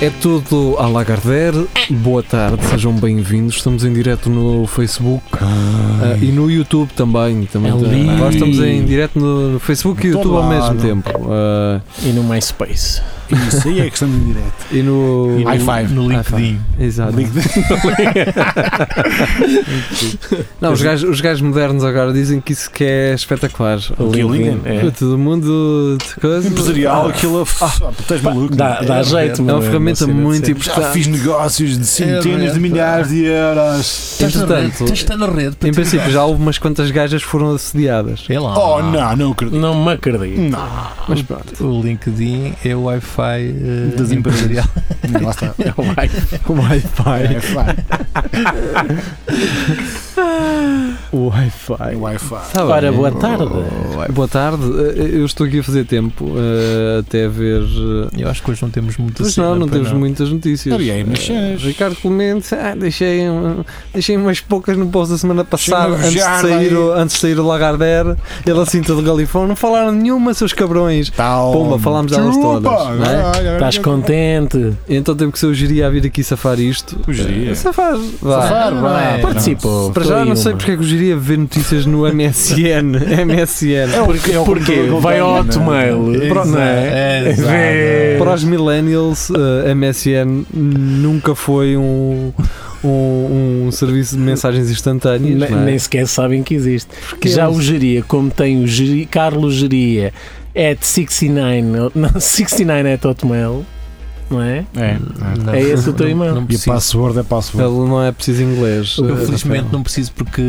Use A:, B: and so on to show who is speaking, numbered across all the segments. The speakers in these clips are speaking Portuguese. A: É tudo à Lagardère. Boa tarde, sejam bem-vindos. Estamos em direto no Facebook ah, e no YouTube também. também
B: É
A: tá-
B: lindo.
A: Agora estamos em direto no no Facebook e
B: Todo
A: YouTube ao mesmo
B: lado.
A: tempo. Ah,
B: E no MySpace.
C: Isso aí é que estamos em direto.
A: e no.
C: High five.
B: No
A: LinkedIn.
B: LinkedIn.
A: Exato.
C: LinkedIn.
A: Não, os gajos, os gajos modernos agora dizem que isso que é espetacular.
B: O
C: que é o
B: LinkedIn, é.
A: Todo mundo de coisa.
C: Empresarial, aquilo. Ah, estás maluco.
B: Dá,
C: não é?
B: dá jeito,
A: É
B: mano,
A: uma ferramenta
B: cena de
A: muito
C: Já
B: ser.
A: importante.
C: fiz negócios de centenas
B: verdade.
C: de milhares de euros.
B: Estás na rede,
A: Entretanto,
B: tens de estar na rede para
A: Em
B: ter
A: princípio,
B: negócio.
A: já houve umas quantas gajas que foram assediadas.
D: É lá.
C: Oh, não, não acredito.
B: Não me acredito.
C: Não,
A: Mas pronto,
D: O LinkedIn é o Wi-Fi eh,
C: Das empresas.
D: empresarial.
C: não, lá está.
B: É o like.
A: o
D: É
A: Wi-Fi.
C: Wi-Fi.
A: O Wi-Fi.
C: É Wi-Fi.
A: Tá
B: Ora,
A: bem.
B: boa tarde.
A: Boa tarde, eh, eu estou aqui a fazer tempo eh, até ver. eh,
D: Eu acho que hoje não temos muita
A: Mas
D: cena
A: não, não
D: para
A: temos muitas notícias.
C: Olha aí, mas
A: Eh,
C: cenas.
A: Ricardo Clemente, ah, deixei, um- deixei umas poucas no post da semana
C: Deixei-me
A: passada antes de,
C: vejar
A: sair,
C: daí.
A: o- antes de sair o Lagardère, ele assim todo galifão, não falaram nenhuma, seus cabrões.
C: Tal.
A: Pumba, falámos delas
C: Chupa,
A: todas, não
C: vai,
A: é?
C: vai,
B: Estás
C: vai.
B: contente?
A: Então teve que ser o Jiria a vir aqui safar isto.
C: O Jiria?
A: Eh, Safar, vá.
B: Safar,
D: não
B: vá.
D: é, não.
B: Participou.
A: Para
B: Foi
A: já não
B: uma.
A: sei porque é que o Jiria vê notícias no MSN. MSN.
B: Porque,
C: é o
B: porque
C: computador
B: vai ao
C: computador,
B: Hotmail.
D: Exato,
B: Pronto, não é?
D: exato.
B: Vê.
A: Para os millennials, eh, a MSN nunca foi um, um, um serviço de mensagens
B: Ne-
A: instantâneas. não é?
B: Nem sequer sabem que existe.
A: Porque
B: já
A: eles-
B: o Geria, como tem o Geria, Carlos Geria, at 69, não, 69 at Hotmail, não é?
C: É.
D: Não,
B: É esse o teu e-mail.
D: não
C: E a
D: preciso.
C: password é password.
A: Ele não é preciso inglês.
D: Eu
A: eh,
D: felizmente não preciso porque,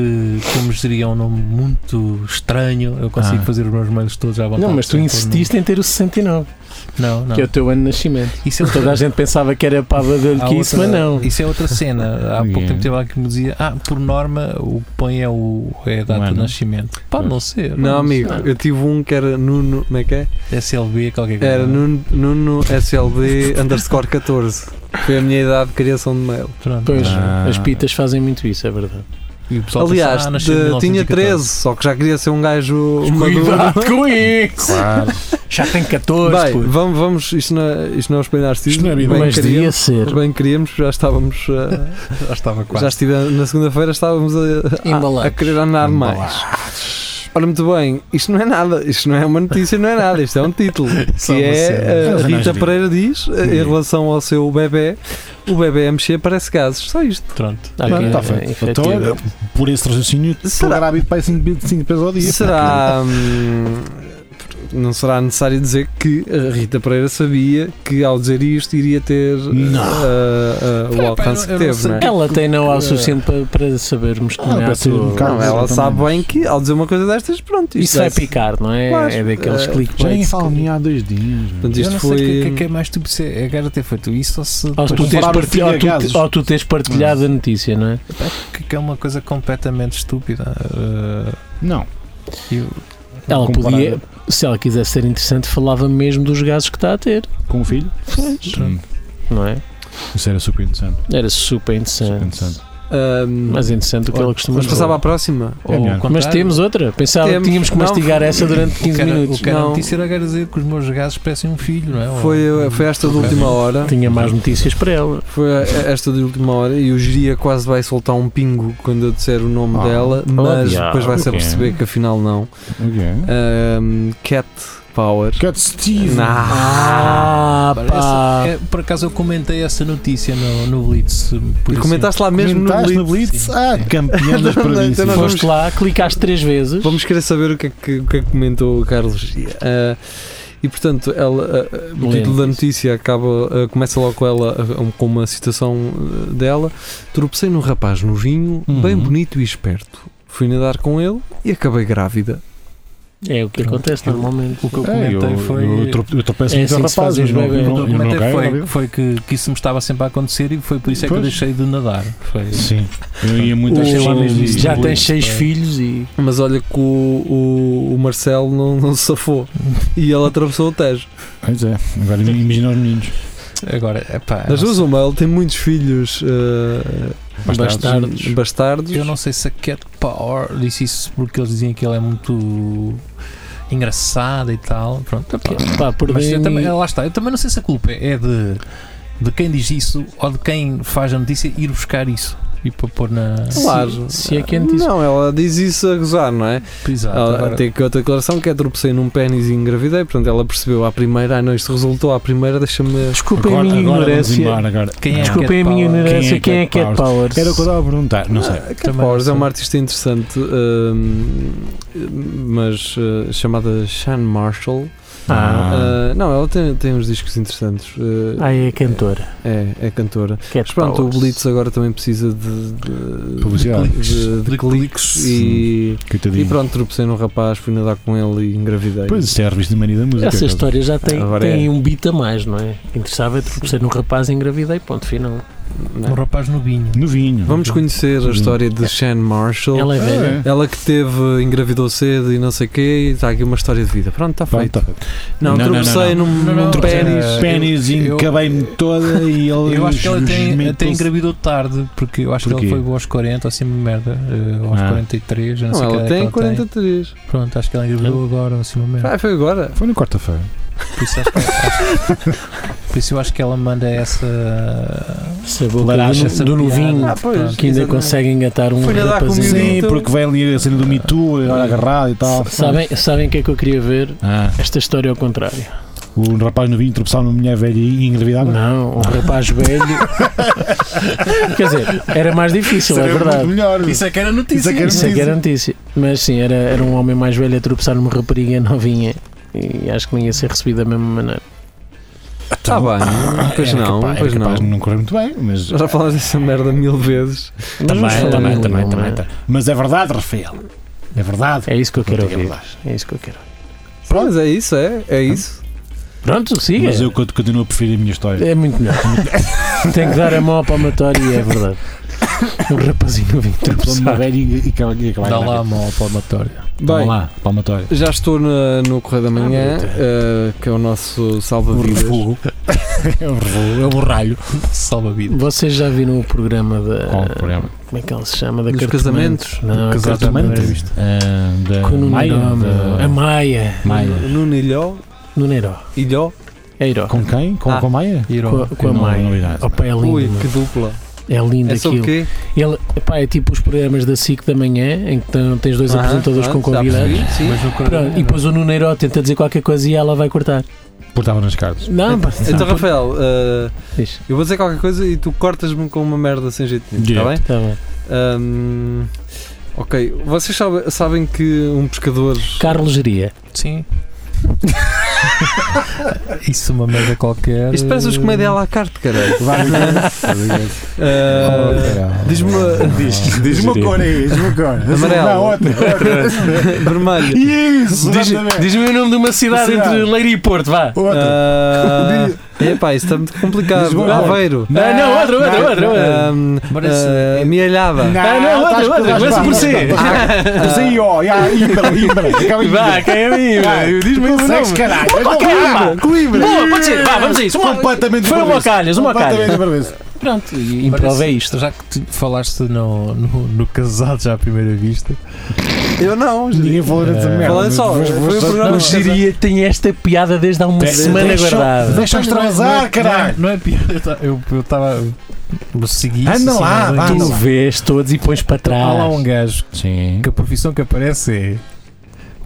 D: como geria um nome muito estranho, eu consigo
C: Ah.
D: fazer os meus mails todos à vontade.
B: Não, mas tu
D: sem pôr
B: insististe em ter o 69,
D: no- Não, não.
B: que é o teu ano de nascimento.
D: Isso é
B: Toda a gente pensava que era para abadalho
D: Há
B: que isso, mas
D: outra-
B: não.
D: Isso é outra cena. Há
C: Yeah.
D: pouco tempo teve alguém que me dizia: Ah, por norma, o que põe é, o, é a data
C: Não é,
D: de
C: não?
D: nascimento. Pode não ser.
A: Não, amigo,
D: Ah.
B: Não.
A: eu tive um que era Nuno. Como é que é?
D: SLB, qualquer coisa.
A: Era Nuno, Nuno SLD underscore 14. Foi a minha idade de criação de mail.
D: Pronto.
B: Pois,
C: Ah.
B: as pitas fazem muito isso, é verdade.
D: E o pessoal
A: Aliás,
D: pensa, "Ah, nasceu em
A: de- tinha 13,
D: 1914."
A: só que já queria ser um gajo maduro.
B: Cuidado com isso!
C: Claro.
B: Já tem 14,
A: Bem,
B: pô.
A: vamos, vamos, isto não é, isto não é o espelho narciso.
C: Isto não é vida.
A: bem
B: Mas devia
A: queríamos,
B: ser.
A: bem queríamos, já estávamos. eh,
D: Já estava
A: Já
D: quase. Ah, é
A: estive na segunda-feira, estávamos a, a,
B: Embalados.
A: a querer andar mais. Ora, muito bem, isto não é nada, isto não é uma notícia, não é nada, isto é um título.
D: Só
A: que
D: você.
A: é,
C: É
A: a
C: um
A: Rita
C: jornalismo.
A: Pereira diz, eh, em relação ao seu bebê, o bebê a mexer parece gases, só isto.
D: Pronto.
B: Ah,
C: Pronto,
B: que-
C: Está
B: é,
C: feito. Então,
B: efetivo.
C: por esse raciocínio,
A: Será-
C: poderá vir para 5 vezes ao dia.
A: Será. hum, não será necessário dizer que a Rita Pereira sabia que ao dizer isto iria ter
C: Não.
A: eh, eh, o alcance
D: eu não
A: que teve,
D: sei.
A: não é?
B: Ela tem não há o suficiente para, para sabermos que
C: Ah,
B: não é
C: para
B: a
C: ser um
B: tua-
C: bocado-
A: Não, ela
C: Exatamente.
A: sabe bem que ao dizer uma coisa destas, pronto,
B: Isso vai
A: deve-
B: picar, não é?
A: Claro.
B: é daqueles
A: Eh,
C: Já nem
B: clickbaits.
C: falo nem há dois dias. meu.
A: Portanto,
D: Eu
A: isto
D: não
A: foi.
D: sei o que, que- que é mais tu se é que era ter feito isso ou se
B: Ou,
D: depois
B: tu tens
C: falar do
B: partilha-
C: filho
B: ou
C: a
B: tu-
C: gases.
B: ou tu tens partilhado a notícia, não é?
D: que, que é uma coisa completamente estúpida. Uh,
C: Não.
D: eu-
B: Ela
C: Comparado
B: podia, se ela quisesse ser interessante, falava mesmo dos gases que está a ter,
C: Com o filho? Hum,
B: não é?
C: Isso era super interessante.
B: Era super
C: Super
B: interessante.
C: interessante.
A: hum,
B: Mais interessante do que ela costuma
A: Vamos passar para a próxima.
C: É
D: ou
C: melhor.
D: ao contrário,
B: Mas temos outra. Pensava
A: Temos.
B: que tínhamos que
A: Não.
B: mastigar essa durante
D: o
B: 15
D: que era,
B: minutos.
D: O que era
A: Não.
D: notícia era dizer que os meus gases parecem um filho, não é? Ou-
C: Ah,
A: Foi, foi esta de última hora.
B: Tinha mais notícias para ela.
A: Foi esta de última hora e o Jiria quase vai soltar um pingo quando eu disser o nome
C: Ah.
A: dela, mas
B: diabo.
A: depois vai-se a
C: Ok.
A: perceber que afinal não.
C: O que é?
A: Hum, Cat Power.
C: Cat Steve.
A: Nah.
B: Ah,
D: Ora,
B: pá!
D: essa- é, por acaso eu comentei essa notícia no, no Blitz. Por
A: E
D: isso-
A: comentaste lá mesmo no
C: Comentaste
A: Blitz.
C: Blitz? Ah, campeão das
A: Então nós
C: províncias. É,
A: vamos-
B: Foste lá, clicaste três vezes.
A: Vamos querer saber o que é que, o que é que comentou o Carlos Jiria. Ah, e portanto, ela, ah, ah, o
B: Lê
A: título
B: a
A: da
B: notícia.
A: notícia acaba, ah, começa logo com ela ah, um- com uma citação ah, dela. Tropecei num rapaz novinho, bem
C: Uhum.
A: bonito e esperto. Fui nadar com ele e acabei grávida.
B: É o que acontece normalmente.
D: O que eu
C: É, eu,
D: comentei foi.
C: eu, trope- eu tropeço
B: É
C: muito
B: assim que
C: rapaz,
B: se fazem
C: eu
B: os
C: não, eu
B: bebés.
C: não,
D: o
C: eu
D: que eu
C: não
D: comentei
C: caio,
D: foi,
C: não-
D: foi que, que isso me estava sempre a acontecer e foi por isso é que eu
C: Pois.
D: deixei de nadar. Foi.
C: Sim, eu ia muito
B: O-
C: às salas e-
B: já tens seis
D: É.
B: filhos e.
A: Mas olha que o, o, o Marcelo não, não se safou. E ele atravessou o Tejo.
C: Pois é, agora imagina os meninos.
D: Agora, epá,
A: Das
D: não
A: duas,
D: sei-
A: uma, ele tem muitos filhos eh,
C: Bastardos.
A: bastardos. bastardos.
D: Eu não sei se a Cat Power disse isso porque eles diziam que ela é muito engraçada e tal. Pronto, epá.
B: Pá, por
D: Mas
B: bem,
D: eu também, lá está, eu também não sei se a culpa é de, de quem diz isso ou de quem faz a notícia ir buscar isso e para pôr na.
A: Claro.
B: Se- se é que antes-
A: Não, ela diz isso a gozar, não é?
D: Exato,
A: ela
D: agora-
A: tem que outra declaração que é tropecei num pênis e engravidei. Portanto, ela percebeu à primeira, ah não, isto resultou à primeira, deixa-me.
B: Desculpem
C: Agora,
B: a minha
C: agora vamos
B: ignorância.
C: embora, agora.
D: Quem é
B: Desculpem a
D: Cat
B: minha
D: Power?
B: ignorância. Quem é
C: Cat
B: Cat Powers?
C: Era o que eu estava a perguntar, não sei.
A: Ah, Cat
D: Também não
A: Powers é
D: sei.
A: uma artista interessante, hum, mas eh, chamada Shan Marshall.
C: Ah.
A: Ah, não, ela tem, tem uns discos interessantes. eh,
B: Ah, é a cantora.
A: é, é cantora.
B: Cat
A: Mas pronto,
B: Powers.
A: o Blitz agora também precisa de, de-
C: Publicidade.
A: de, de
D: De
A: cliques
D: cliques.
A: e, e
C: Coitadinho.
A: pronto, tropecei num rapaz, fui nadar com ele e engravidei.
C: Pois isso é a revista Maria da Música.
B: Essa história já tem,
A: Agora
B: tem
A: é.
B: um beat a mais, não é? Interessava por ser um rapaz engravidei, ponto final.
A: Não é?
D: Um rapaz no vinho.
C: No vinho.
A: Vamos conhecer a
C: Uhum.
A: história de Shan Marshall. Ela...
B: Ela é
C: Ah,
B: velha.
C: é.
A: que teve, engravidou cedo e não sei o quê, e está aqui uma história de vida. Pronto, está
C: Pronto,
A: feito.
C: tá feito.
A: Não,
C: Não, não,
A: tropecei
C: não,
A: num,
D: Não, não,
A: num pênis.
D: eh,
C: Pênis
D: eu- eu-
C: encabei-me toda e ele.
D: Eu acho que ela tem, até
C: esmentou-se.
D: engravidou tarde, porque eu acho
C: Porquê?
D: que ela foi aos 40 ou assim, uma merda. eh, aos
C: Ah.
D: 43, eu
A: Não,
D: não, sei que
A: ela
D: idade é
A: tem
D: que ela
A: 43.
D: tem. Pronto, acho que ela engravidou agora, assim, uma merda.
A: Ah, foi agora.
C: Foi na quarta-feira.
D: Por isso, acho que ela- acho- por isso eu acho que ela manda essa.
B: Essa boca
C: Laranja,
B: do,
D: essa
B: do novinho
D: piada. pois,
B: que ainda
A: Ah, exatamente.
B: consegue engatar um
A: Foi nadar com o
B: rapazinho.
C: Sim,
A: Então-
C: porque veio ali a cena do Me Too, agora agarrado e tal.
B: Sabem, sabem o que é que eu queria ver?
C: Ah,
B: Esta história ao contrário.
C: o rapaz no vinho tropeçar numa mulher velha e engravidada.
B: Não, um rapaz velho. Quer dizer, era mais difícil, é verdade.
C: melhor.
D: é que era notícia.
C: Isso é que era
B: Isso é que era notícia. Mas sim, era, era um homem mais velho a tropeçar numa rapariga novinha. E acho que não ia ser recebido da mesma maneira.
A: Está bem. Pois
C: Era
A: não,
C: capaz- era
A: pois
C: capaz de
A: não.
C: não correr muito bem, mas.
A: Já falas dessa merda mil vezes.
B: Mas vamos falar dele, não é?
C: Mas é verdade, Rafael. É verdade.
B: É isso que eu quero
C: Não tem
B: ouvir.
C: verdade.
B: É isso que eu quero.
A: Pronto. Mas é isso, é? É isso?
B: Pronto, siga.
C: Mas eu cont- continuo a preferir a minha história.
B: É muito melhor. Tenho que dar a mão ao palmatório e é verdade. Um rapazinho vinho
C: Tropeçou numa
B: tropeçar.
C: velha e e acaba e acaba
D: Dá lá a
C: engravidada.
D: mão ao palmatório.
C: Vamos
A: Bem,
C: lá, palmatória.
A: já estou na- no Correio da Manhã,
B: Ah,
A: eh, que é o nosso
C: O
A: salva-vidas.
C: refugo. É o refugo, é o borralho.
D: Salva vida.
B: Vocês já viram o programa da.
C: Qual o problema?
B: Como é que ele se chama? Da
A: Dos
B: Cartomantes?
A: casamentos?
B: Não, é
C: Casamento,
B: Cartomantes.
C: Ah, da
B: Com o Nuno
C: Maia,
B: Herói,
C: da-
B: A Maia.
C: Maia.
A: Nuno Ilhó.
B: Nuno Herói.
A: Ilhó.
B: É Herói.
C: Com quem? Com,
A: Ah.
C: com a Maia?
B: Com, a- com a
C: Não, não vi
B: Maia.
C: nada.
B: Opa, é lindo.
A: Ui,
B: mano.
A: que dupla.
B: É lindo
A: É sobre
B: aquilo.
A: o quê?
B: Ele, epá, é tipo os programas da SIC da manhã, em que tão- tens dois
A: Aham,
B: apresentadores com
A: pronto, já
B: convidados.
A: percebi, sim.
D: Mas no
B: Pronto, e depois o Nuno Herói tenta dizer qualquer coisa e ela vai cortar.
C: Portava nas cartas.
B: Não, pá,
A: Então,
B: não,
A: Rafael, eh,
B: diz.
A: eu vou dizer qualquer coisa e tu cortas-me com uma merda sem jeito nenhum, está
C: Direto.
A: bem?
B: Tá bem.
A: Ahm, ok, vocês sabe- sabem que um pescador.
B: Carlos Geria.
D: Sim. Isso é uma merda qualquer. Eh,
A: Isto parece os comédia à la carte, caralho.
C: Vai,
A: Ah, Diz-me uma-
C: Diz-me uma cor aí, diz-me uma cor.
A: Amarelo.
C: é um Não, outra, outra.
A: vermelho.
C: Isso,
B: Diz-
C: exatamente.
B: Diz-me o nome de uma cidade
C: Cidade.
B: entre Leiria e Porto, vá.
C: Outra.
A: Ah, epá, isso está muito complicado.
C: Lisboa.
A: Aveiro.
B: Ah, não, outra, outra, outra, outra.
A: Ahm,
D: Parece-
A: ah, Mielhada.
B: Ah, não, outra,
C: estás-
B: outra,
C: estás
B: começa
C: bem,
B: por
C: estás
B: C.
C: bem,
A: Ah.
C: estás bem. Por C, Ah, ó, já, Imbra, Imbra, acaba em
B: Vá,
C: Imbra.
B: quem é
C: Vai.
B: mim? Diz-me o
C: Consegues,
B: nome.
C: caralho.
B: Coimbra.
C: Coimbra.
B: Boa, pode ser, vá, vamos a isso. Uma-
C: Completamente
B: Foi uma
C: perverso.
B: calhas, uma calhas.
C: Completamente perverso.
B: Pronto, e
D: Parece-
B: improv é isto.
D: Já que tu falaste no, no, no casado já à primeira vista,
A: Eu não.
C: Ninguém falou dessa merda.
A: Falei só,
C: mas- mas-
A: foi o programa-
B: O
C: mas-
B: Jiria tem esta piada desde há uma
C: Tem-
B: semana
C: deixa-
B: guardada.
C: Deixa-os
D: Não é-
C: transar, caralho.
D: Não é piada, eu ta- eu eu estava. Eu segui isso.
C: Anda
D: assim,
C: lá,
D: mas
C: vá,
D: não-
B: Tu
C: anda lá.
B: vês todos e pões para
D: Há lá
B: trás.
D: um gajo
C: Sim.
D: que a profissão que aparece é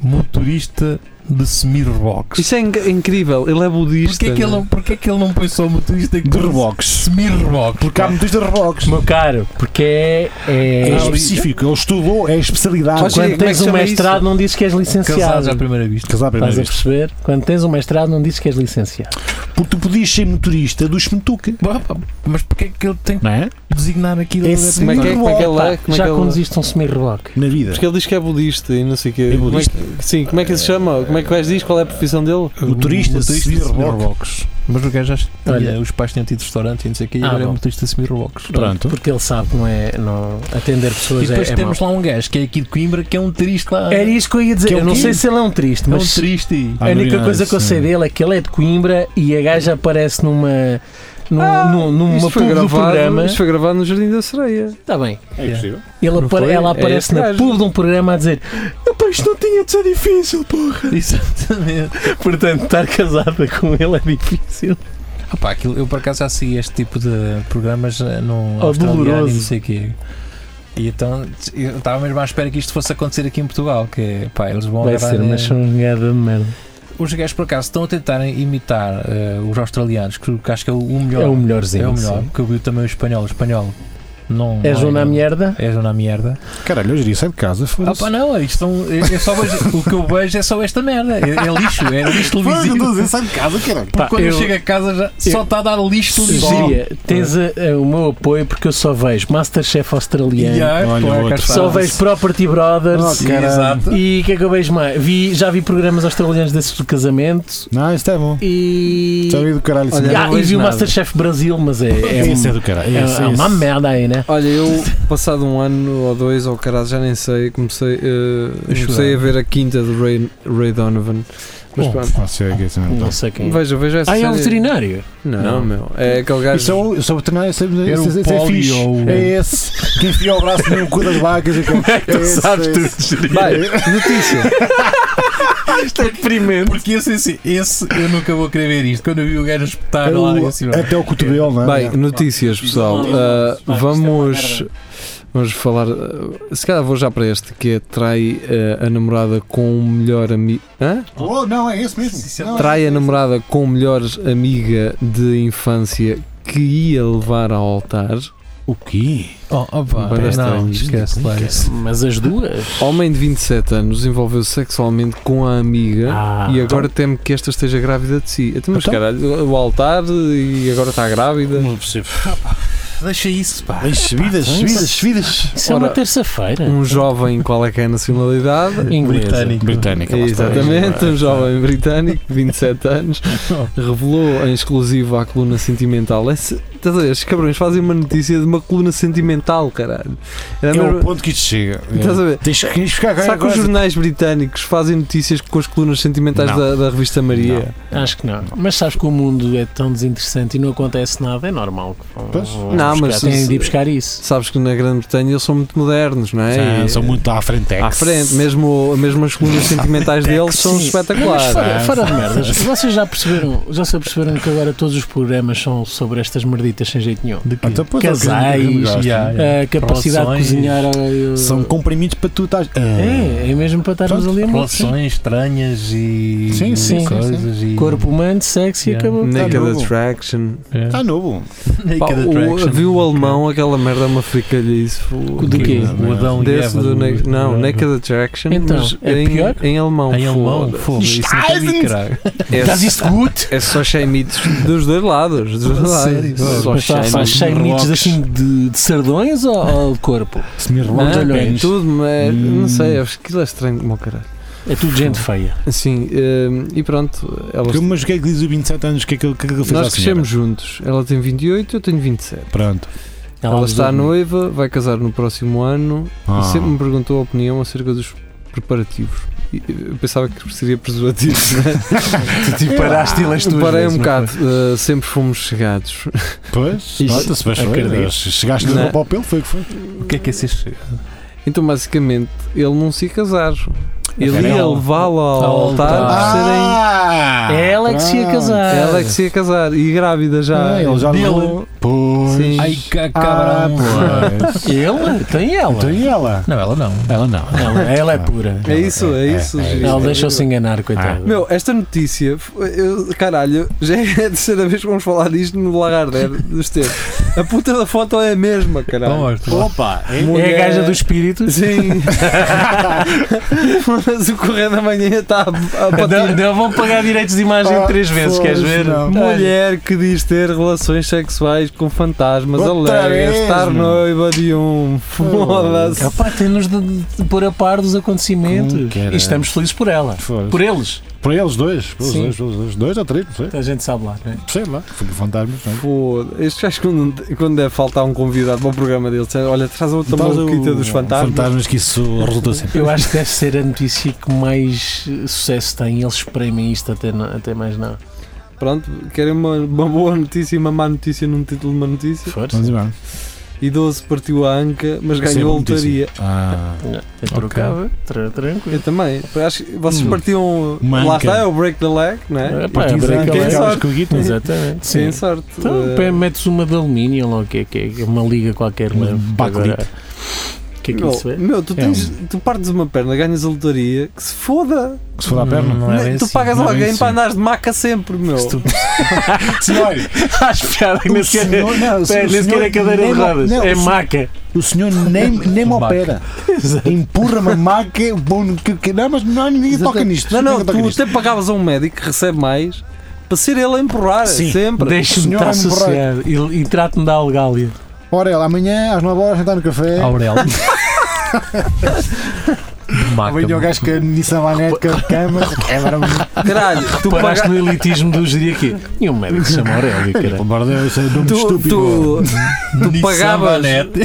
D: motorista de smirbox.
A: Isso é inc- incrível. Ele é budista.
D: Porquê é que ele,
A: não
D: não- porquê é que ele não põe só motorista
C: De reboques.
D: Smirbox.
C: Porque há muitos de reboques.
B: Meu caro, porque é.
C: É
B: é
C: específico, ele estudou, é a especialidade.
A: Mas-
B: quando
A: Como é que
B: tens um
A: chama
B: mestrado, não dizes que és
D: Casado já à
B: licenciado.
D: primeira vista.
C: Casar à primeira
B: Estás a
C: vez.
B: perceber? Quando tens um mestrado, não dizes que és licenciado.
C: Porque tu podias ser motorista do Smetuca.
D: Bom, pá, Mas porquê é que eu tenho
C: Não é?
D: que designar aqui
B: Esse
A: Como é que é? Como é que é lá? Como é
B: Já
A: que é lá?
B: conduziste um semi-reboque.
C: Na vida.
A: Porque ele diz que é budista e não sei o quê.
C: É
A: Como
C: budista?
A: que- sim, como é que ele se chama? Como é que o gajo diz? Qual é a profissão dele?
C: Motorista,
D: motorista
C: subir reboque.
D: reboques. Mas o gajo acho que
B: Olha.
D: tinha- os pais tinham tido restaurante e não sei o quê, e
B: Ah,
D: agora é
B: bom.
D: motorista de subir reboques.
E: Pronto.
B: Porque ele sabe que não é. Não, atender
D: E
B: pessoas é,
D: depois
B: é mau.
D: temos lá um gajo que é aqui de Coimbra que é um triste lá.
B: Era isso que eu ia dizer.
D: Que é o
B: eu não
D: quê?
B: sei se ele é um triste,
D: É um
B: mas
D: triste.
B: a única coisa que eu sei
E: sim.
B: dele é que ele é de Coimbra e a gaja aparece numa. Num, num- numa
A: Isto foi,
B: pub do
A: gravado,
B: um programa.
A: isto foi gravado no Jardim da Sereia.
B: Está bem.
D: É
E: possível.
B: Ele
A: Não
B: apare-
A: foi?
B: Ela
A: É
B: aparece
A: esse
B: na
A: gajo.
B: pub de um programa a dizer: "Epá, Isto não tinha de ser difícil, porra.
D: Exatamente.
B: Portanto, estar casada com ele é difícil.
D: Ah pá, aquilo- eu por acaso já segui este tipo de programas eh, num
B: Oh,
D: australiano e
B: doloroso.
D: não sei o quê. E então eu estava mesmo à espera que isto fosse acontecer aqui em Portugal, que é, pá, eles vão
B: Vai
D: gravar,
B: ser,
D: eh,
B: mas são um gado de merda.
D: Os gajos por acaso estão a tentar imitar eh, os australianos, que que acho que é o o melhor.
B: É o melhorzinho.
D: É o melhor,
B: sim.
D: porque eu vi também o espanhol. O espanhol não.
B: És
D: não
B: um na merda?
D: És um na merda.
E: Caralho, hoje iria sair de casa,
D: Ah
E: foda-se.
D: pá, não, isto são, é, é só, vejo- o que eu vejo é só esta merda. É, é lixo, é
C: Foi o que eu estou a
D: lixo televisivo.
C: dizer, sai de casa, caralho.
B: Pá,
D: Quando eu,
B: eu-
D: chego a casa já, só está a dar lixo televisivo.
B: Sugeria, tens a- a- o meu apoio porque eu só vejo Masterchef australiano,
D: Yeah,
E: Olha,
D: pá, cá
E: outro.
D: está.
B: só vejo Property Brothers
D: Sim, Exato.
B: e o que é que eu vejo mais? Vi, já vi programas australianos desses de casamento
E: Não, isto é bom.
B: e.
E: Isto
C: Então,
E: é do caralho.
A: Olha,
E: isso
B: Ah,
A: não
B: e
A: vejo
B: vi o
A: nada.
B: Masterchef Brasil, mas é,
E: é-
B: é, um-
E: Esse é do caralho.
B: é-
E: esse,
B: é uma
E: esse.
B: merda aí, né?
A: Olha, eu passado um ano ou dois, ou caralho, já nem sei, comecei, eh,
D: chorar.
A: comecei a ver a quinta do Ray, Ray Donovan. Mas
E: Bom,
A: pronto,
E: não sei o que é isso, não.
B: Não sei quem.
A: veja, veja essa
B: Ah,
A: série.
B: é um veterinário.
A: Não,
B: Não.
A: meu, é aquele gajo...
C: um
E: Isso é o- isso é o veterinário, isso é-
D: Era
E: isso
D: o
E: é- isso é
D: Polly
E: fixe.
D: ou-
E: É esse. Que enfia o braço no cu das vacas. e que-
B: Tu
E: esse,
B: sabes
E: esse.
B: tudo.
A: Vai, notícia.
B: Isto é deprimente.
D: Porque esse, esse, esse eu nunca vou querer ver isto. Quando eu vi o gajo espetar
E: É o-
D: lá, eu assim,
E: Até o cotovelo, não é?
A: Bem, notícias, pessoal. Ah, vamos... Vamos falar... ah, se calhar vou já para este, que é trai ah, a namorada com o melhor amigo... Hã?
C: Oh, não, é esse
D: Isso
C: mesmo.
D: é
C: Não,
A: Trai a namorada com melhor amiga de infância que ia levar ao altar.
E: O quê?
D: oh, opa,
A: Bem,
D: não, é
A: bem,
D: esquece lá isso.
B: Mas as duas.
A: Homem de 27 anos envolveu-se sexualmente com a amiga
B: Ah,
A: e agora teme que esta esteja grávida de si. Então, mas
E: Então? Hum.
A: caralho, o altar e agora está grávida.
E: Não percebo.
D: Deixa isso, pá.
E: As subidas, subidas, subidas.
B: Isso é uma
A: Ora,
B: terça-feira.
A: Um jovem, qual é que é a nacionalidade?
B: Inglesa.
E: Britânica. lá está.
A: Exatamente, um jovem britânico, 27 anos, revelou em exclusivo à coluna sentimental. Esse, estás a ver, estes cabrões fazem uma notícia de uma coluna sentimental, caralho. Era
E: É o
A: mesmo-
E: ponto que isto chega.
A: Estás a ver?
E: Tens que tens que ficar
A: Será que os
E: agora-
A: jornais britânicos fazem notícias com as colunas sentimentais
E: Não.
A: da, da revista Maria?
B: Acho que não. Mas sabes que o mundo é tão desinteressante e não acontece nada, é normal. que vão-
E: Pois.
B: vão
A: Não,
B: buscar-
A: mas
B: Têm
A: se-
B: de ir buscar isso.
A: Sabes que na Grã-Bretanha eles são muito modernos, não é?
E: Sim,
A: E-
E: São muito à frente.
A: à frente, mesmo, mesmo as colunas sentimentais deles são
B: Sim. Mas
A: espetaculares.
B: fora,
E: Ah,
B: fora de merdas, vocês já perceberam, já se aperceberam que agora todos os programas são sobre estas merditas sem jeito nenhum?
D: De quê?
E: Então, pois, é o que eu-
B: Casais,
E: eu gosto.
D: yeah, yeah.
B: A capacidade
D: Relações.
B: de cozinhar. eh,
E: São comprimidos para tu estás. Ah,
B: É, é mesmo para estarmos
E: Pronto,
B: ali a morrer.
D: Relações estranhas e
E: Sim, sim,
D: coisas e
B: Corpo humano, sexy
D: Yeah.
B: e acabou.
A: Naked
E: Tá novo.
A: Attraction.
D: É.
C: Ah,
E: Está tá novo.
A: Pá,
D: Naked
A: o,
D: Attraction.
A: viu o alemão, aquela merda é uma fricalhice. fo-
B: Do quê?
D: O Adão e
A: Desse
D: é? Eva.
A: do na-
D: do-
A: não,
D: do-
A: Naked Attraction,
B: Então,
A: mas
B: é
A: em,
B: pior?
A: em alemão.
D: Em alemão,
A: foda-se.
D: foda-se. isso nunca vi, caralho.
A: É,
B: Estás isso good?
A: é só shame-its dos dois lados. Dos dois lados.
D: Sério?
A: É Só
B: Mas tá, faz
A: shame-its.
B: shame-its assim de, de sardões ou, ou de corpo?
E: Se me
A: Não,
E: revolta
B: Não,
A: é
E: pênis.
A: tudo, mas
E: Hum.
A: não sei, acho que aquilo é estranho como o caralho.
B: É tudo gente feia.
A: Sim, hum, e pronto, elas,
E: Porque, Mas o que é que diz o 27 anos? O que é que ele que é que ele fez à
C: assim,
A: nós
E: senhora?
A: crescemos juntos. Ela tem 28, eu tenho 27.
E: Pronto.
B: Ah,
A: Ela, está
B: no
A: noiva, vai casar no próximo ano
E: Ah.
A: e sempre me perguntou a opinião acerca dos preparativos. E eh, Eu pensava que seria preservativo, é?
B: Tu te paraste e leste duas
A: Parei um
B: vezes, não
A: bocado, uh, sempre fomos chegados.
E: Pois,
A: Isso. Né?
E: nota-se, mas
B: Acredito.
E: foi. Chegaste
A: Não.
E: para o pelo, foi o que foi.
D: O que é que é esse?
A: Então, basicamente, ele não se ia casar.
E: Era
A: Ele ia
E: ela.
A: levá-la ao
D: Ao
A: altar por
D: altar.
A: serem.
E: Ah,
B: É ela que se ia
E: pronto.
B: casar.
A: Ela é que se ia casar e grávida já.
E: Ah, ele já
D: Dele.
E: levou. Pois.
A: Sim.
D: Ai, ca-
F: Ah,
D: cabrão.
F: pois.
B: Ele? Tem ela.
F: Então e ela?
D: não, ela não.
F: Ela não.
B: Ela, ela é pura.
A: É isso, é,
F: É,
A: isso. Ah.
F: é, é.
A: Gil.
B: Ela deixou-se enganar, coitado.
A: Meu, esta notícia, foi- eu, caralho, já é a terceira vez que vamos falar disto no Lagardère dos tempos. A puta da foto é a mesma,
D: Então,
A: caralho.
D: mostra.
F: Opa!
B: É
A: Mulher-
B: a gaja dos espíritos.
A: Sim. Mas o Correio da Manhã está a, a
B: Não,
A: bater.
B: não vão pagar direitos de imagem
F: Ah,
B: três vezes, queres
F: foda-se,
B: ver? Tá.
F: não.
A: Mulher que diz ter relações sexuais com fantasmas
F: Outra
A: alega
F: vez,
A: estar
F: meu.
A: noiva de um. Foda-se.
B: Rapaz, tem-nos de, de pôr a par dos acontecimentos.
C: Hum, caralho.
B: E estamos felizes por ela.
C: Foda-se.
B: Por eles.
C: Para eles dois, pelos
B: Sim.
C: dois, pelos dois, dois ou três, não sei,
B: A gente sabe lá, não é?
C: sei lá, foi fantasmas, não é?
A: Pô, estes gajos quando, quando deve faltar um convidado para o programa deles, dizem, olha, traz outra
C: Traz o-
A: maluquita dos fantasmas.
C: Fantasmas que isso resultou sempre.
B: Eu acho que deve ser a notícia que mais eh, sucesso tem. Eles espremem isto até, na- até mais não.
A: Pronto, querem uma, uma boa notícia e uma má notícia num título de uma notícia.
B: Força.
C: Vamos embora.
A: Idoso partiu a anca, mas
C: Sempre
A: ganhou a
C: é notícia.
A: lotaria.
C: Ah,
B: Não, É trocável. Tra- Tranquilo.
A: Eu também. Acho que vocês partiam.
C: Hum. Uma
A: Lá
C: anca.
A: está, é o break the leg, não é?
B: É, pá,
A: Quem
B: é break the leg.
A: sorte.
C: com o guito,
B: Exatamente.
A: Tem
B: Sim.
A: sorte.
B: Então,
A: Eh,
B: pá, metes uma de alumínio ou lá o que é que é? Uma liga qualquer,
C: Um
B: leve.
C: backlit.
B: Agora, O que é que
A: meu,
B: isso é?
A: meu, tu,
C: É
A: tens,
D: um-
A: tu partes uma perna, ganhas a lotaria, que se foda!
C: que se for à perna.
D: Não é
A: Ne-
D: bem
A: tu
D: assim,
A: pagas
D: não é bem
A: alguém
D: assim.
A: para andares de maca sempre, meu. Tipo
D: Se tu-
C: Senhor,
B: Acho piada que nem sequer é-
C: não,
B: Pá, nem sequer é cadeira de rodas. É maca.
C: O senhor nem, nem me
D: Maca.
C: opera. Empurra-me a maca, bom, que, que, não, mas não, ninguém toca nisto.
A: Não, não,
C: ninguém toca
A: tu
C: nisto.
A: tipo até pagavas a um médico que recebe mais para ser ele a empurrar
C: Sim.
A: sempre.
B: Deixa-me
C: Senhor
B: estar
C: Ambrose.
B: associado e, e trato-me da algália.
C: Ora, ela, amanhã às 9 horas sentar no café.
D: Aurel. Maca,
C: Amanhã o gajo que a munição lá net, que a cama. É, era um.
A: Caralho, tu
B: Paraste
A: pagaste.
B: no elitismo do diria aqui. E um médico se chama Aurélio, caralho.
C: um
A: Tu, tu, tu
D: Nissan
A: pagavas.
D: Vanette.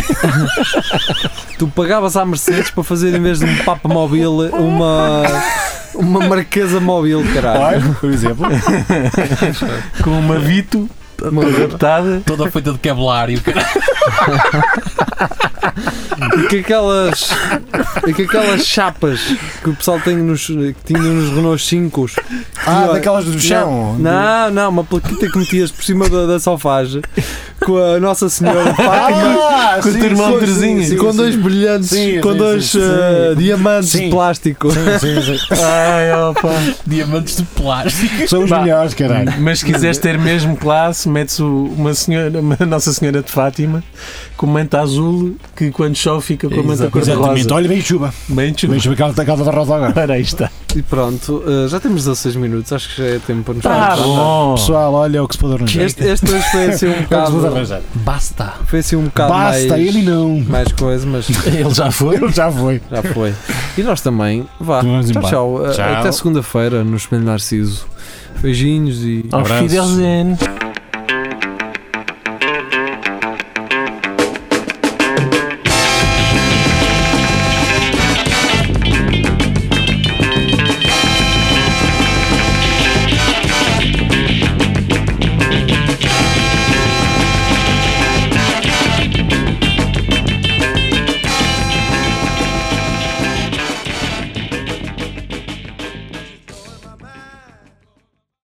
A: Tu pagavas à Mercedes para fazer em vez de um Papa Móvel uma. Uma Marquesa Móvel, caralho.
C: Por exemplo.
B: Com uma Vito adaptada.
D: Toda feita de Kevlar e o cara.
A: E que aquelas. E que aquelas chapas que o pessoal tem nos, que tinha nos Renault 5
C: Ah, daquelas do chão.
A: Não, não, uma plaquita que metias por cima da, da sofagem com a Nossa Senhora de Fátima.
C: Ah,
A: com o
C: sim,
A: teu irmão
C: sim,
A: Terezinha.
C: sim, sim,
A: com
C: sim.
A: dois brilhantes,
C: Sim,
A: com
C: sim,
A: dois
C: sim,
A: eh,
C: sim.
A: diamantes de
C: Sim.
A: plástico.
C: Sim, sim, sim.
B: Ai, opa.
D: Diamantes de plástico.
C: São os
B: Bah.
C: melhores, caralho.
B: Mas se quiseres ter mesmo classe, metes o- uma, senhora, uma Nossa Senhora de Fátima com manta azul que quando chove fica com a manta
C: Exatamente.
B: cor-de-rosa.
C: Olha, vem chuva.
B: Bem chulo.
C: Vem chuva, calda, calda da rosa agora.
B: Ora, aí está.
A: E pronto, eh, já temos 16 minutos, acho que já é tempo para nos
B: Tá
A: falarmos.
B: bom.
C: Pessoal, olha o que se pode arranjar.
A: Este, este hoje foi assim um
C: É o que se pode
A: bocado.
C: arranjar.
D: Basta.
A: Foi assim um bocado
C: Basta,
A: mais.
C: ele não.
A: Mais coisa, mas
B: Ele já foi.
C: Ele já foi.
A: já foi. E nós também. Vá.
C: Vamos
A: Tchau,
C: embora.
A: tchau. Eh,
C: Tchau.
A: Até segunda-feira no Espelho Narciso. Beijinhos e.
B: Auf
C: Abraço.
B: Wiedersehen.